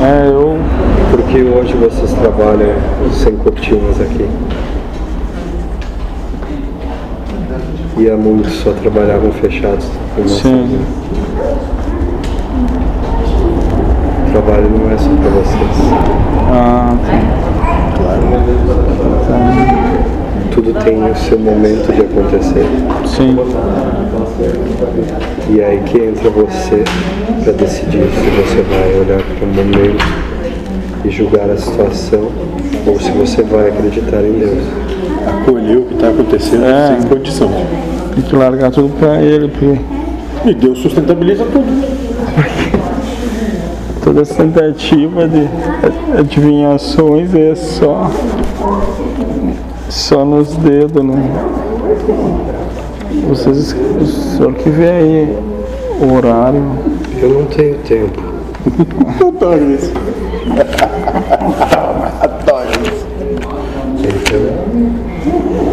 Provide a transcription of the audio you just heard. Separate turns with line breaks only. É,
vocês trabalham sem cortinas aqui? E há muitos só trabalhavam fechados. e não
Sim.
O trabalho não é só para vocês.
Ah,
Tudo tem o seu momento de acontecer.
sim.
E é aí que entra você para decidir se você vai olhar para o momento e julgar a situação ou se você vai acreditar em Deus.
Acolher o que está acontecendo
É.
sem condição.
Tem que largar tudo pra ele, porque
E Deus sustentabiliza tudo.
toda essa tentativa de adivinhações é só. Só nos dedos, né? Vocês, o senhor que vê aí o horário.
Eu não tenho tempo.
Adoro isso.
Então,